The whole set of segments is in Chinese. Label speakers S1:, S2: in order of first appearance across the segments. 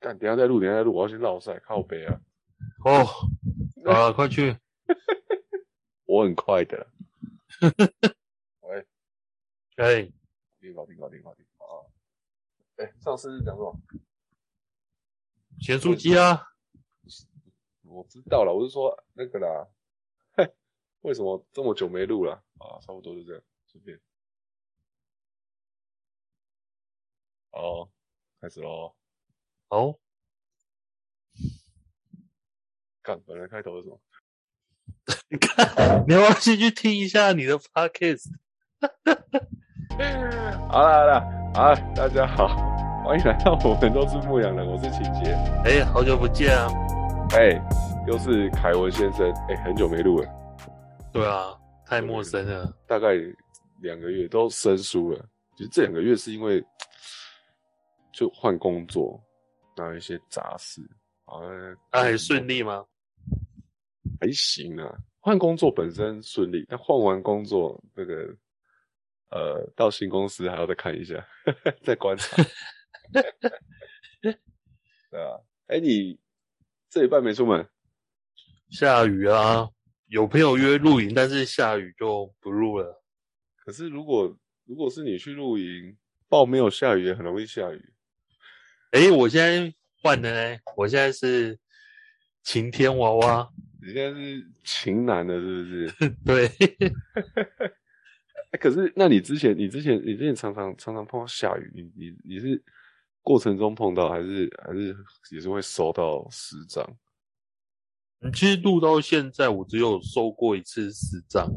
S1: 干，等一下再录，等一下再录，我要去绕赛，靠北啊！
S2: 哦，啊，快去！
S1: 我很快的。喂，
S2: 哎，
S1: 你搞定，搞定，搞定啊！哎、上次是讲什么？
S2: 咸酥鸡啊，
S1: 我知道了，我是说那个啦。嘿为什么这么久没录了？啊，差不多就这样，随便。好，开始喽。
S2: 好，
S1: 干，本来开头是什么？
S2: 你要不要先去听一下你的 podcast？
S1: 哎好了好了，啊，大家好，欢迎来到我们都是牧羊人，我是秦杰。
S2: 哎，好久不见啊！
S1: 哎、又是凯文先生，哎、很久没录了，
S2: 对啊，太陌生了。
S1: 大概两个月都生疏了。其实这两个月是因为就换工作，然后一些杂事，好像
S2: 那、啊还哎顺利吗？
S1: 还行啊。换工作本身顺利，但换完工作那个呃，到新公司还要再看一下， 再观察。对啊，哎、你这礼拜没出门？
S2: 下雨啊，有朋友约露营，但是下雨就不录了。
S1: 可是如果如果是你去露营，报没有下雨也很容易下雨。
S2: 哎，我现在换的呢，我现在是晴天娃娃。
S1: 你现在是晴男的，是不是？
S2: 对，
S1: 哎可是那你之前你之前你之前常常常常碰到下雨，你你你是过程中碰到还是还是也是会收到十张？
S2: 其实录到现在，我只有收过一次十张，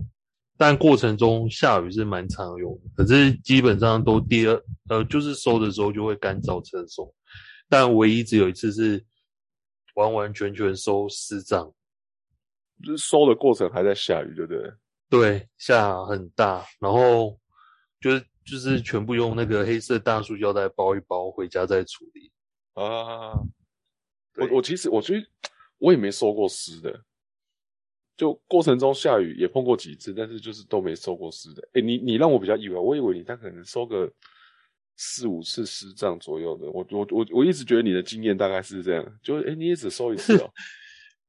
S2: 但过程中下雨是蛮常有的，可是基本上都第二呃，就是收的时候就会干燥车收，但唯一只有一次是完完全全收十张，
S1: 就是收的过程还在下雨，对不对？
S2: 对，下很大，然后就是就是全部用那个黑色大塑胶袋包一包，回家再处理。
S1: 啊，
S2: 对
S1: 我我其实我觉得我也没收过湿的，就过程中下雨也碰过几次，但是就是都没收过湿的。哎、你你让我比较意外，我以为你大概可能收个四五次湿账左右的。我我我我一直觉得你的经验大概是这样，就是哎、诶你也只收一次哦、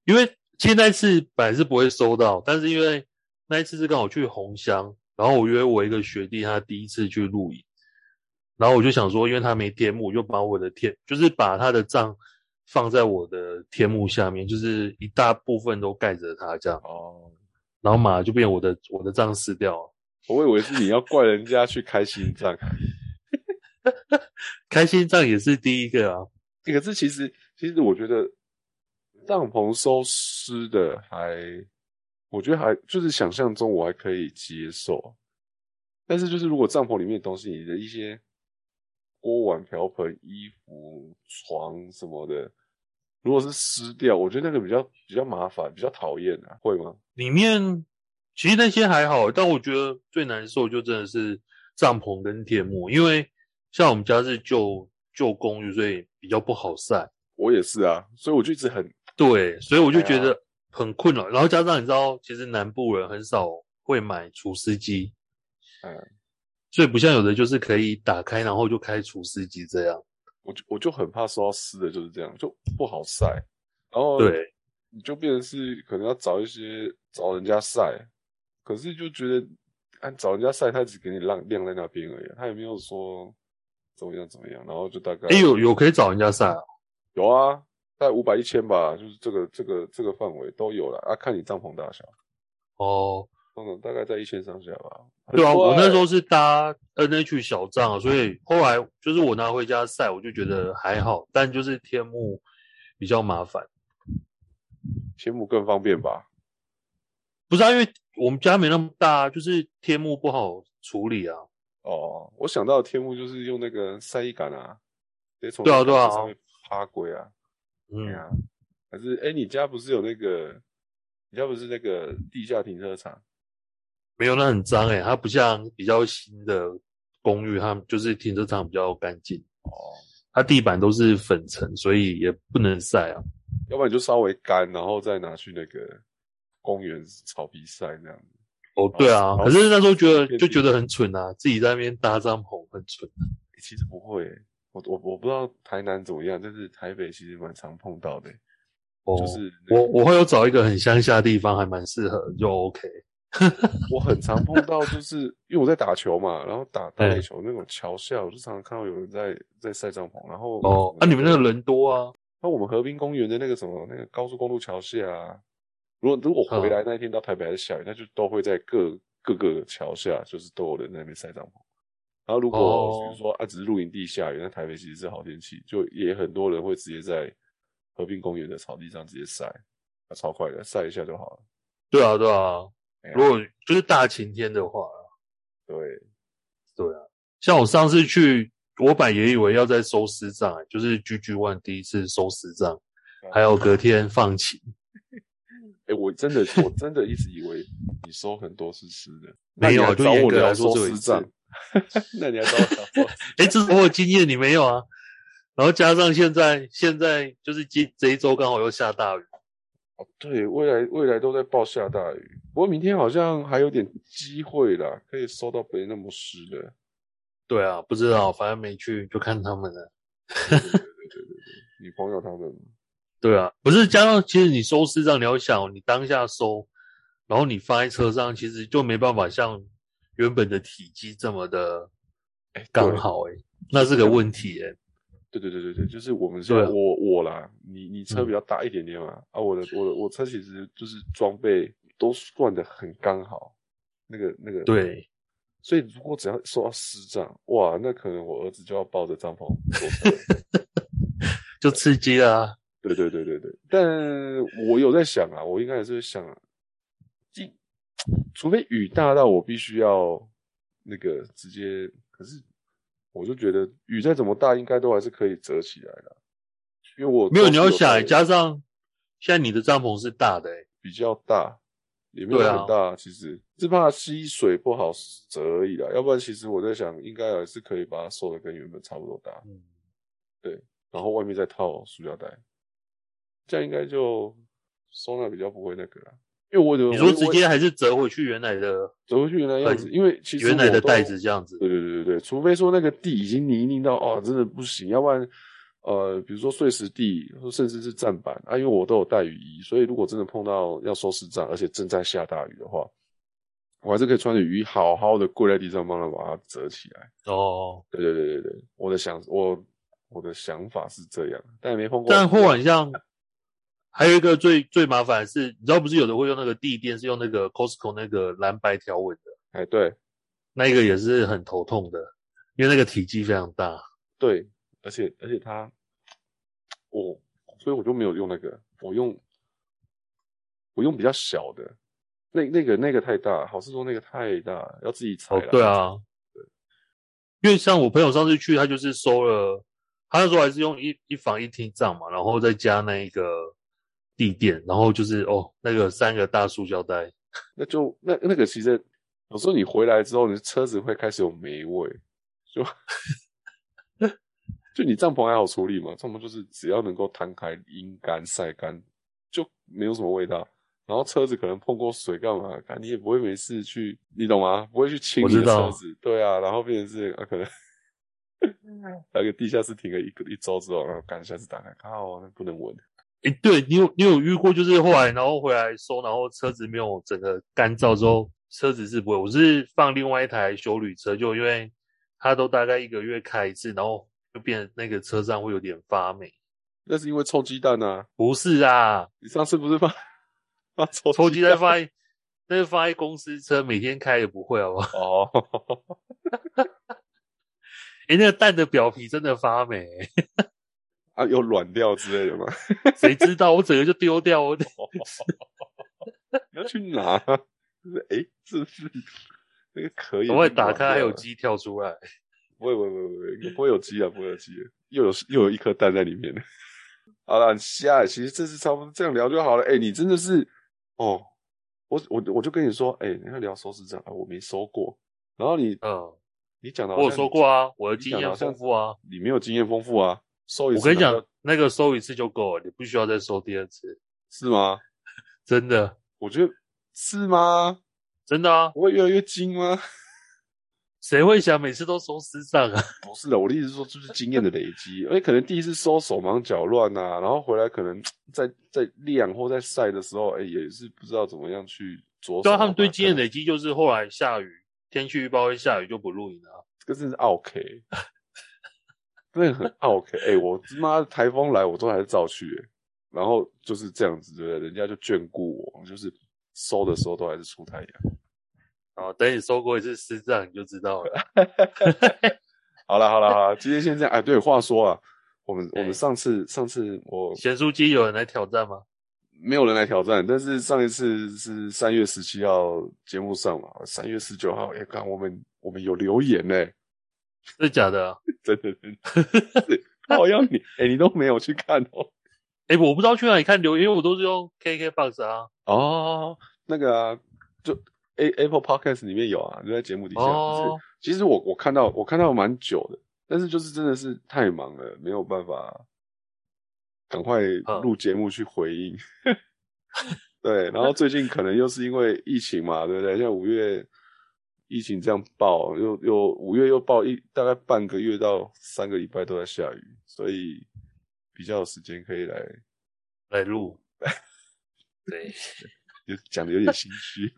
S2: 因为现在是本来是不会收到，但是因为那一次是刚好去红乡，然后我约我一个学弟，他第一次去露营，然后我就想说，因为他没天幕，我就把我的天，就是把他的帐放在我的天幕下面，就是一大部分都盖着他这样，
S1: 哦，
S2: 然后马上就变我的我的帐湿掉了。
S1: 我以为是你要怪人家去开啊新账。
S2: 开心帐也是第一个啊，
S1: 欸可是其实其实我觉得帐篷收湿的还，我觉得还就是想象中我还可以接受，但是就是如果帐篷里面的东西，你的一些锅碗瓢盆、衣服、床什么的，如果是湿掉，我觉得那个比较比较麻烦，比较讨厌啊，会吗？
S2: 里面其实那些还好，但我觉得最难受就真的是帐篷跟天幕，因为像我们家是旧旧公寓，所以比较不好晒。
S1: 我也是啊，所以我就一直很
S2: 对，所以我就觉
S1: 哎
S2: 得很困扰。然后加上你知道，其实南部人很少会买除湿机，
S1: 嗯，
S2: 所以不像有的就是可以打开然后就开除湿机这样。
S1: 我就我就很怕收到湿的，就是这样，就不好晒，然后
S2: 对，
S1: 你就变成是可能要找一些找人家晒，可是就觉得按找人家晒，他只给你晾晾在那边而已，他也没有说怎么样怎么样，然后就大概
S2: 哎、有有可以找人家晒啊。
S1: 有啊，大概五百一千吧，就是这个这个这个范围都有了啊，看你帐篷大小，
S2: 哦，
S1: 通常大概在一千上下吧。
S2: 对啊，
S1: 很多
S2: 我
S1: 欸
S2: 那时候是搭 NH 小帐啊，所以后来就是我拿回家晒，我就觉得还好，但就是天幕比较麻烦。
S1: 天幕更方便吧？
S2: 不是啊，因为我们家没那么大，啊就是天幕不好处理啊。
S1: 哦，我想到的天幕就是用那个晒衣杆啊，直接从
S2: 对啊对啊
S1: 上面趴轨啊。对
S2: 嗯，
S1: 啊，可是哎、诶你家不是有那个？你家不是那个地下停车场？
S2: 没有那很脏诶、它不像比较新的公寓，它就是停车场比较干净，
S1: 哦，
S2: 它地板都是粉尘，所以也不能晒啊。
S1: 要不然你就稍微干，然后再拿去那个公园草皮晒那样子。
S2: 哦，对啊，可是那时候觉得
S1: 变
S2: 就
S1: 地
S2: 觉得很蠢啊，自己在那边搭帐篷很蠢。
S1: 哎诶其实不会、欸我我我不知道台南怎么样，但是台北其实蛮常碰到的，
S2: 哦，
S1: 就是那
S2: 我
S1: 个
S2: 我会有找一个很乡下的地方，还蛮适合，就 OK。
S1: 我很常碰到，就是因为我在打球嘛，然后打打
S2: 对
S1: 垒球那种桥下，我就常常看到有人在在晒帐篷，然后
S2: 哦，啊，你们那个人多啊，
S1: 那我们河滨公园的那个什么那个高速公路桥下、啊，如果如果回
S2: 嗯
S1: 来那一天到台北还是下雨，那就都会在各各个桥下，就是都有人在那边晒帐篷。然后如果
S2: 哦
S1: 比如说、啊，只是露营地下雨，那台北其实是好天气，就也很多人会直接在河滨公园的草地上直接晒，啊，超快的，晒一下就好了。
S2: 对啊，对啊。
S1: 哎呀
S2: 如果就是大晴天的话，
S1: 对，
S2: 像我上次去，我本来也以为要在收尸葬，欸就是 GG One 第一次收尸葬，还有隔天放晴。
S1: 哎、我真的我真的一直以为你收很多是湿的，
S2: 没
S1: 那
S2: 有
S1: 你还
S2: 就
S1: 找
S2: 严
S1: 我
S2: 格
S1: 聊
S2: 来说
S1: 收
S2: 只有一
S1: 尸
S2: 次
S1: 账， 那你还找我聊收尸
S2: 哎，这是我有经验，你没有啊？然后加上现在现在就是今这一周刚好又下大雨，
S1: 哦，对，未来未来都在报下大雨，不过明天好像还有点机会啦，可以收到没那么湿的。
S2: 对啊，不知道，反正没去就看他们了。
S1: 对对对对对对，女朋友他们，
S2: 对啊，不是加上，其实你收尸账，你要想哦、你当下收，然后你放在车上，其实就没办法像原本的体积这么的
S1: 哎，
S2: 刚好哎、那是个问题哎、
S1: 对对对对对，就是我们现
S2: 对
S1: 在
S2: 啊
S1: 我我啦，你你车
S2: 嗯
S1: 比较大一点点嘛，啊，我的我的我车其实就是装备都算的很刚好，那个那个，，
S2: 对，
S1: 所以如果只要收到湿帐，哇，那可能我儿子就要抱着帐篷坐车了。
S2: 就刺激啦、
S1: 对对对对对，但我有在想啊，我应该也是想、啊，一除非雨大到我必须要那个直接，可是我就觉得雨再怎么大，应该都还是可以折起来的啊，因为我
S2: 没有，你要
S1: 周
S2: 想
S1: 围
S2: 欸，加上现在你的帐篷是大的哎、
S1: 比较大，也没有
S2: 对啊
S1: 很大，其实是怕吸水不好折而已啦，要不然其实我在想，应该还是可以把它收的跟原本差不多大，
S2: 嗯，
S1: 然后外面再套塑料袋，这样应该就收纳比较不会那个啦。因为我的
S2: 你说
S1: 我
S2: 直接还是折回去原来的
S1: 走回去原来样子，因为其实
S2: 原来
S1: 我
S2: 的
S1: 都
S2: 袋子，这样子？
S1: 对对对对对，除非说那个地已经泥泞到哦，真的不行，要不然呃，比如说碎石地，或甚至是站板啊，因为我都有带雨衣，所以如果真的碰到要收拾站，而且正在下大雨的话，我还是可以穿着雨衣好好的跪在地上，帮它把它折起来。
S2: 哦，
S1: 对对对对对，我的想我我的想法是这样，但也没碰过。
S2: 但后晚像还有一个最最麻烦的是，你知道不是有的会用那个地垫，是用那个 Costco 那个蓝白条纹的，
S1: 哎，对，
S2: 那一个也是很头痛的，因为那个体积非常大。
S1: 对，而且而且它，我所以我就没有用那个，我用我用比较小的，那那个那个太大，好是说那个太大，要自己裁
S2: 哦
S1: 了。，
S2: 对，啊，因为像我朋友上次去，他就是收了，他那时候还是用一一房一厅帐嘛，然后再加那一个地垫，然后就是哦，那个三个大塑胶袋，
S1: 那就那那个其实有时候你回来之后，你的车子会开始有霉味，就 就你帐篷还好处理嘛，帐篷就是只要能够摊开、阴干、晒干，就没有什么味道。然后车子可能碰过水干嘛，看你也不会没事去，你懂吗？不会去清
S2: 我
S1: 你的
S2: 知道
S1: 车子，对啊，然后变成是啊，可能那个地下室停了一个一周之后，然后赶下次打开，靠，那不能闻。
S2: 诶，对你有你有遇过，就是后来然后回来收，然后车子没有整个干燥之后，车子是不会。我是放另外一台修旅车，就因为它都大概一个月开一次，然后就变那个车上会有点发霉。
S1: 那是因为臭鸡蛋啊！
S2: 不是啊，
S1: 你上次不是放放臭
S2: 抽机在放在那是放在公司车，每天开也不会好不好？
S1: 哦，
S2: 诶，哎那个蛋的表皮真的发霉、
S1: 啊，有软料之类的吗？
S2: 谁知道我整个就丢掉，我得
S1: 你要去拿？就是哎、诶是不是那个壳也
S2: 我会
S1: 是
S2: 打
S1: 软
S2: 开
S1: 料
S2: 还有
S1: 的？
S2: 鸡跳出来。
S1: 不会不会不会不会，不会有鸡啊，不会有鸡的，又有又有一颗蛋在里面。好了，下其实这次差不多这样聊就好了。哎、你真的是哦，我我我就跟你说，哎、你要聊收拾账啊，我没收过。然后你
S2: 嗯，
S1: 你讲的，
S2: 我有说过，啊，我的
S1: 你
S2: 经
S1: 讲得
S2: 验
S1: 好像
S2: 丰富啊。
S1: 你没有经验丰富啊，收一次
S2: 我跟你
S1: 难道
S2: 讲，那个收一次就够了，你不需要再收第二次，
S1: 是吗？
S2: 真的，
S1: 我觉得是吗？
S2: 真的啊。
S1: 我会越来越精吗？
S2: 谁会想每次都收尸上啊？
S1: 不是的，我的意思是说，就是经验的累积，而且可能第一次收手忙脚乱呐，然后回来可能在在晾或在晒的时候，哎、也是不知道怎么样去着手。
S2: 对啊，他们对经验累积就是后来下雨，天气预报会下雨就不露营了、啊。
S1: 这个真是 OK，真的很 OK。哎、我他妈台风来，我都还是照去、哎然后就是这样子，对不对？人家就眷顾我，就是收的时候都还是出太阳。
S2: 哦，等你收过一次尸障，你就知 道了。
S1: 好了好了好了，今天先这样。哎，对，话说啊，我们我
S2: 哎
S1: 们上次上次我
S2: 咸酥鸡有人来挑战吗？
S1: 没有人来挑战，但是上一次是三月十七号节目上嘛，三月十九号，哎、看我们我们有留言呢、
S2: 真的假的、啊？
S1: 真的真的，是好像你哎、你都没有去看哦。
S2: 哎、我不知道去哪里看留言，因为我都是用 KKBox 啊。
S1: 哦，那个啊，就 A Apple Podcast 里面有啊，就在节目底下。
S2: 哦
S1: 就是其实我我看到我看到蛮久的，但是就是真的是太忙了，没有办法赶快录节目去回应。 对，然后最近可能又是因为疫情嘛，对不对？像五月疫情这样爆，又又五月又爆一大概半个月到三个礼拜都在下雨，所以比较有时间可以来，
S2: 来录。对，
S1: 有讲的有点心虚。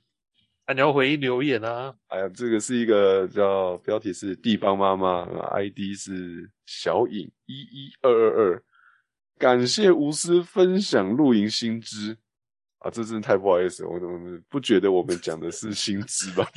S2: 啊，你要回应留言啊。
S1: 哎呀，这个是一个叫标题是地方妈妈呃，ID 是小颖一一二二二，感谢无私分享露营新知啊，这真的太不好意思了，我怎么不觉得我们讲的是新知吧？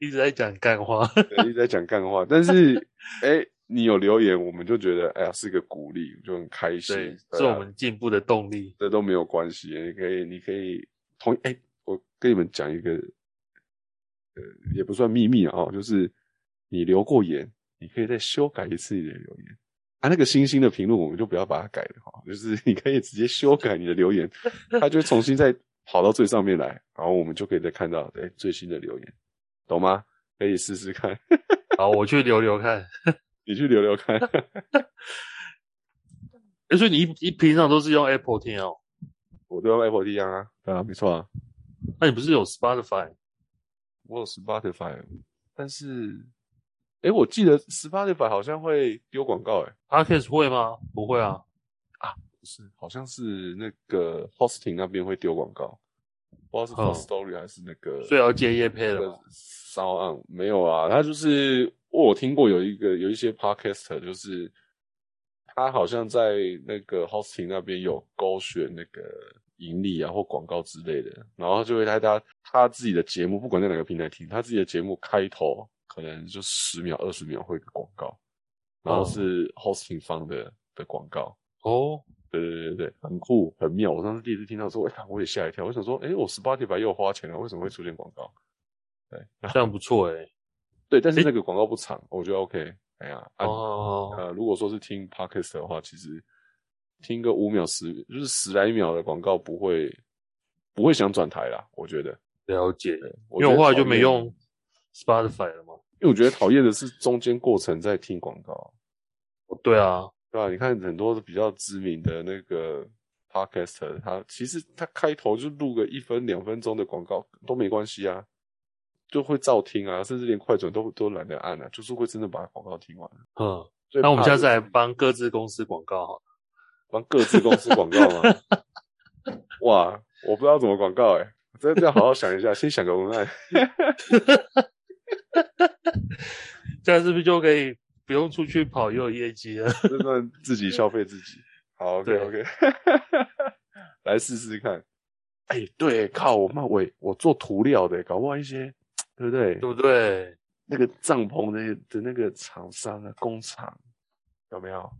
S2: 一直在讲干话，
S1: 对一直在讲干话，但是哎、你有留言，我们就觉得哎呀是个鼓励，就很开心，
S2: 对，
S1: 对啊
S2: 是我们进步的动力。
S1: 这都没有关系，你可以，你可以同哎、我跟你们讲一个，呃，也不算秘密啊、就是你留过言，你可以再修改一次你的留言。啊，那个星星的评论我们就不要把它改了哈、就是你可以直接修改你的留言，它就会重新再跑到最上面来，然后我们就可以再看到哎、最新的留言，懂吗？可以试试看，
S2: 好，我去留留看。
S1: 你去留留看。
S2: 哎、所以你一一平常都是用 Apple 听哦？
S1: 我都用 Apple 一样啊，对啊，没错啊。
S2: 那你不是有 Spotify？
S1: 我有 Spotify，但是，哎，我记得 Spotify 好像会丢广告，哎，
S2: Podcast 会吗？不会啊。
S1: 不是，好像是那个 hosting 那边会丢广告，不知道
S2: 哦
S1: 是 First Story 还是那个，
S2: 所以要接叶配
S1: 那
S2: 了
S1: 个
S2: 吗？
S1: Sound On 没有啊，他就是我有听过有一个有一些 podcaster，就是他好像在那个 hosting 那边有勾选那个盈利啊或广告之类的，然后就会在他他自己的节目，不管在哪个平台听，他自己的节目开头可能就十秒二十秒会有个广告，然后
S2: 哦
S1: 是 hosting 方的的广告，
S2: 哦，
S1: 对对对对，很酷很妙。我上次第一次听到说，哎呀，我也吓一跳，我想说，哎，我 Spotify 又花钱了，为什么会出现广告？
S2: 这样不错哎、
S1: 对，但是那个广告不长，我觉得 OK。哎呀， 啊、
S2: 哦，
S1: 呃，如果说是听 podcast 的话，其实听个五秒十，就是十来秒的广告，不会不会想转台啦。我觉得，
S2: 了解。
S1: 对
S2: 因为我后来就没，
S1: 觉得讨厌
S2: 用 Spotify 了嘛。
S1: 因为我觉得讨厌的是中间过程在听广告，
S2: 对啊，
S1: 对吧、你看很多比较知名的那个 podcast，他其实他开头就录个一分两分钟的广告都没关系啊。就会照听啊，甚至连快转都都懒得按啊，就是会真的把广告听完。
S2: 嗯，
S1: 所以
S2: 那我
S1: 怕
S2: 们下
S1: 的
S2: 次来帮各自公司广告好了。
S1: 帮各自公司广告 吗？哇，我不知道怎么广告哎、欸，真的要好好想一下，先想个文案。
S2: 这样是不是就可以不用出去跑也有业绩了？
S1: 这段自己消费自己。好，OK
S2: 对
S1: OK，来试试看。哎、对，靠，我妈我我做涂料的、欸搞不好一些对不对
S2: 对？不对？
S1: 那个帐篷的的那个厂商啊，工厂有没有？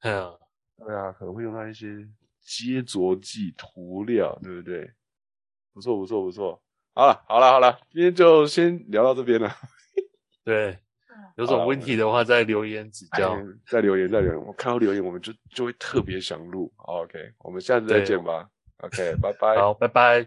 S2: 哎呀，
S1: 对啊，可能会用到一些接着剂涂料，对不对？不错，不错，不错。好了，好了，好了，今天就先聊到这边了。
S2: 对，有什么问题的话再留言指教
S1: 哎。再留言，再留言，我看到留言我们就就会特别想录。好 OK，我们下次再
S2: 对
S1: 见吧。OK，拜拜。
S2: 好，拜拜。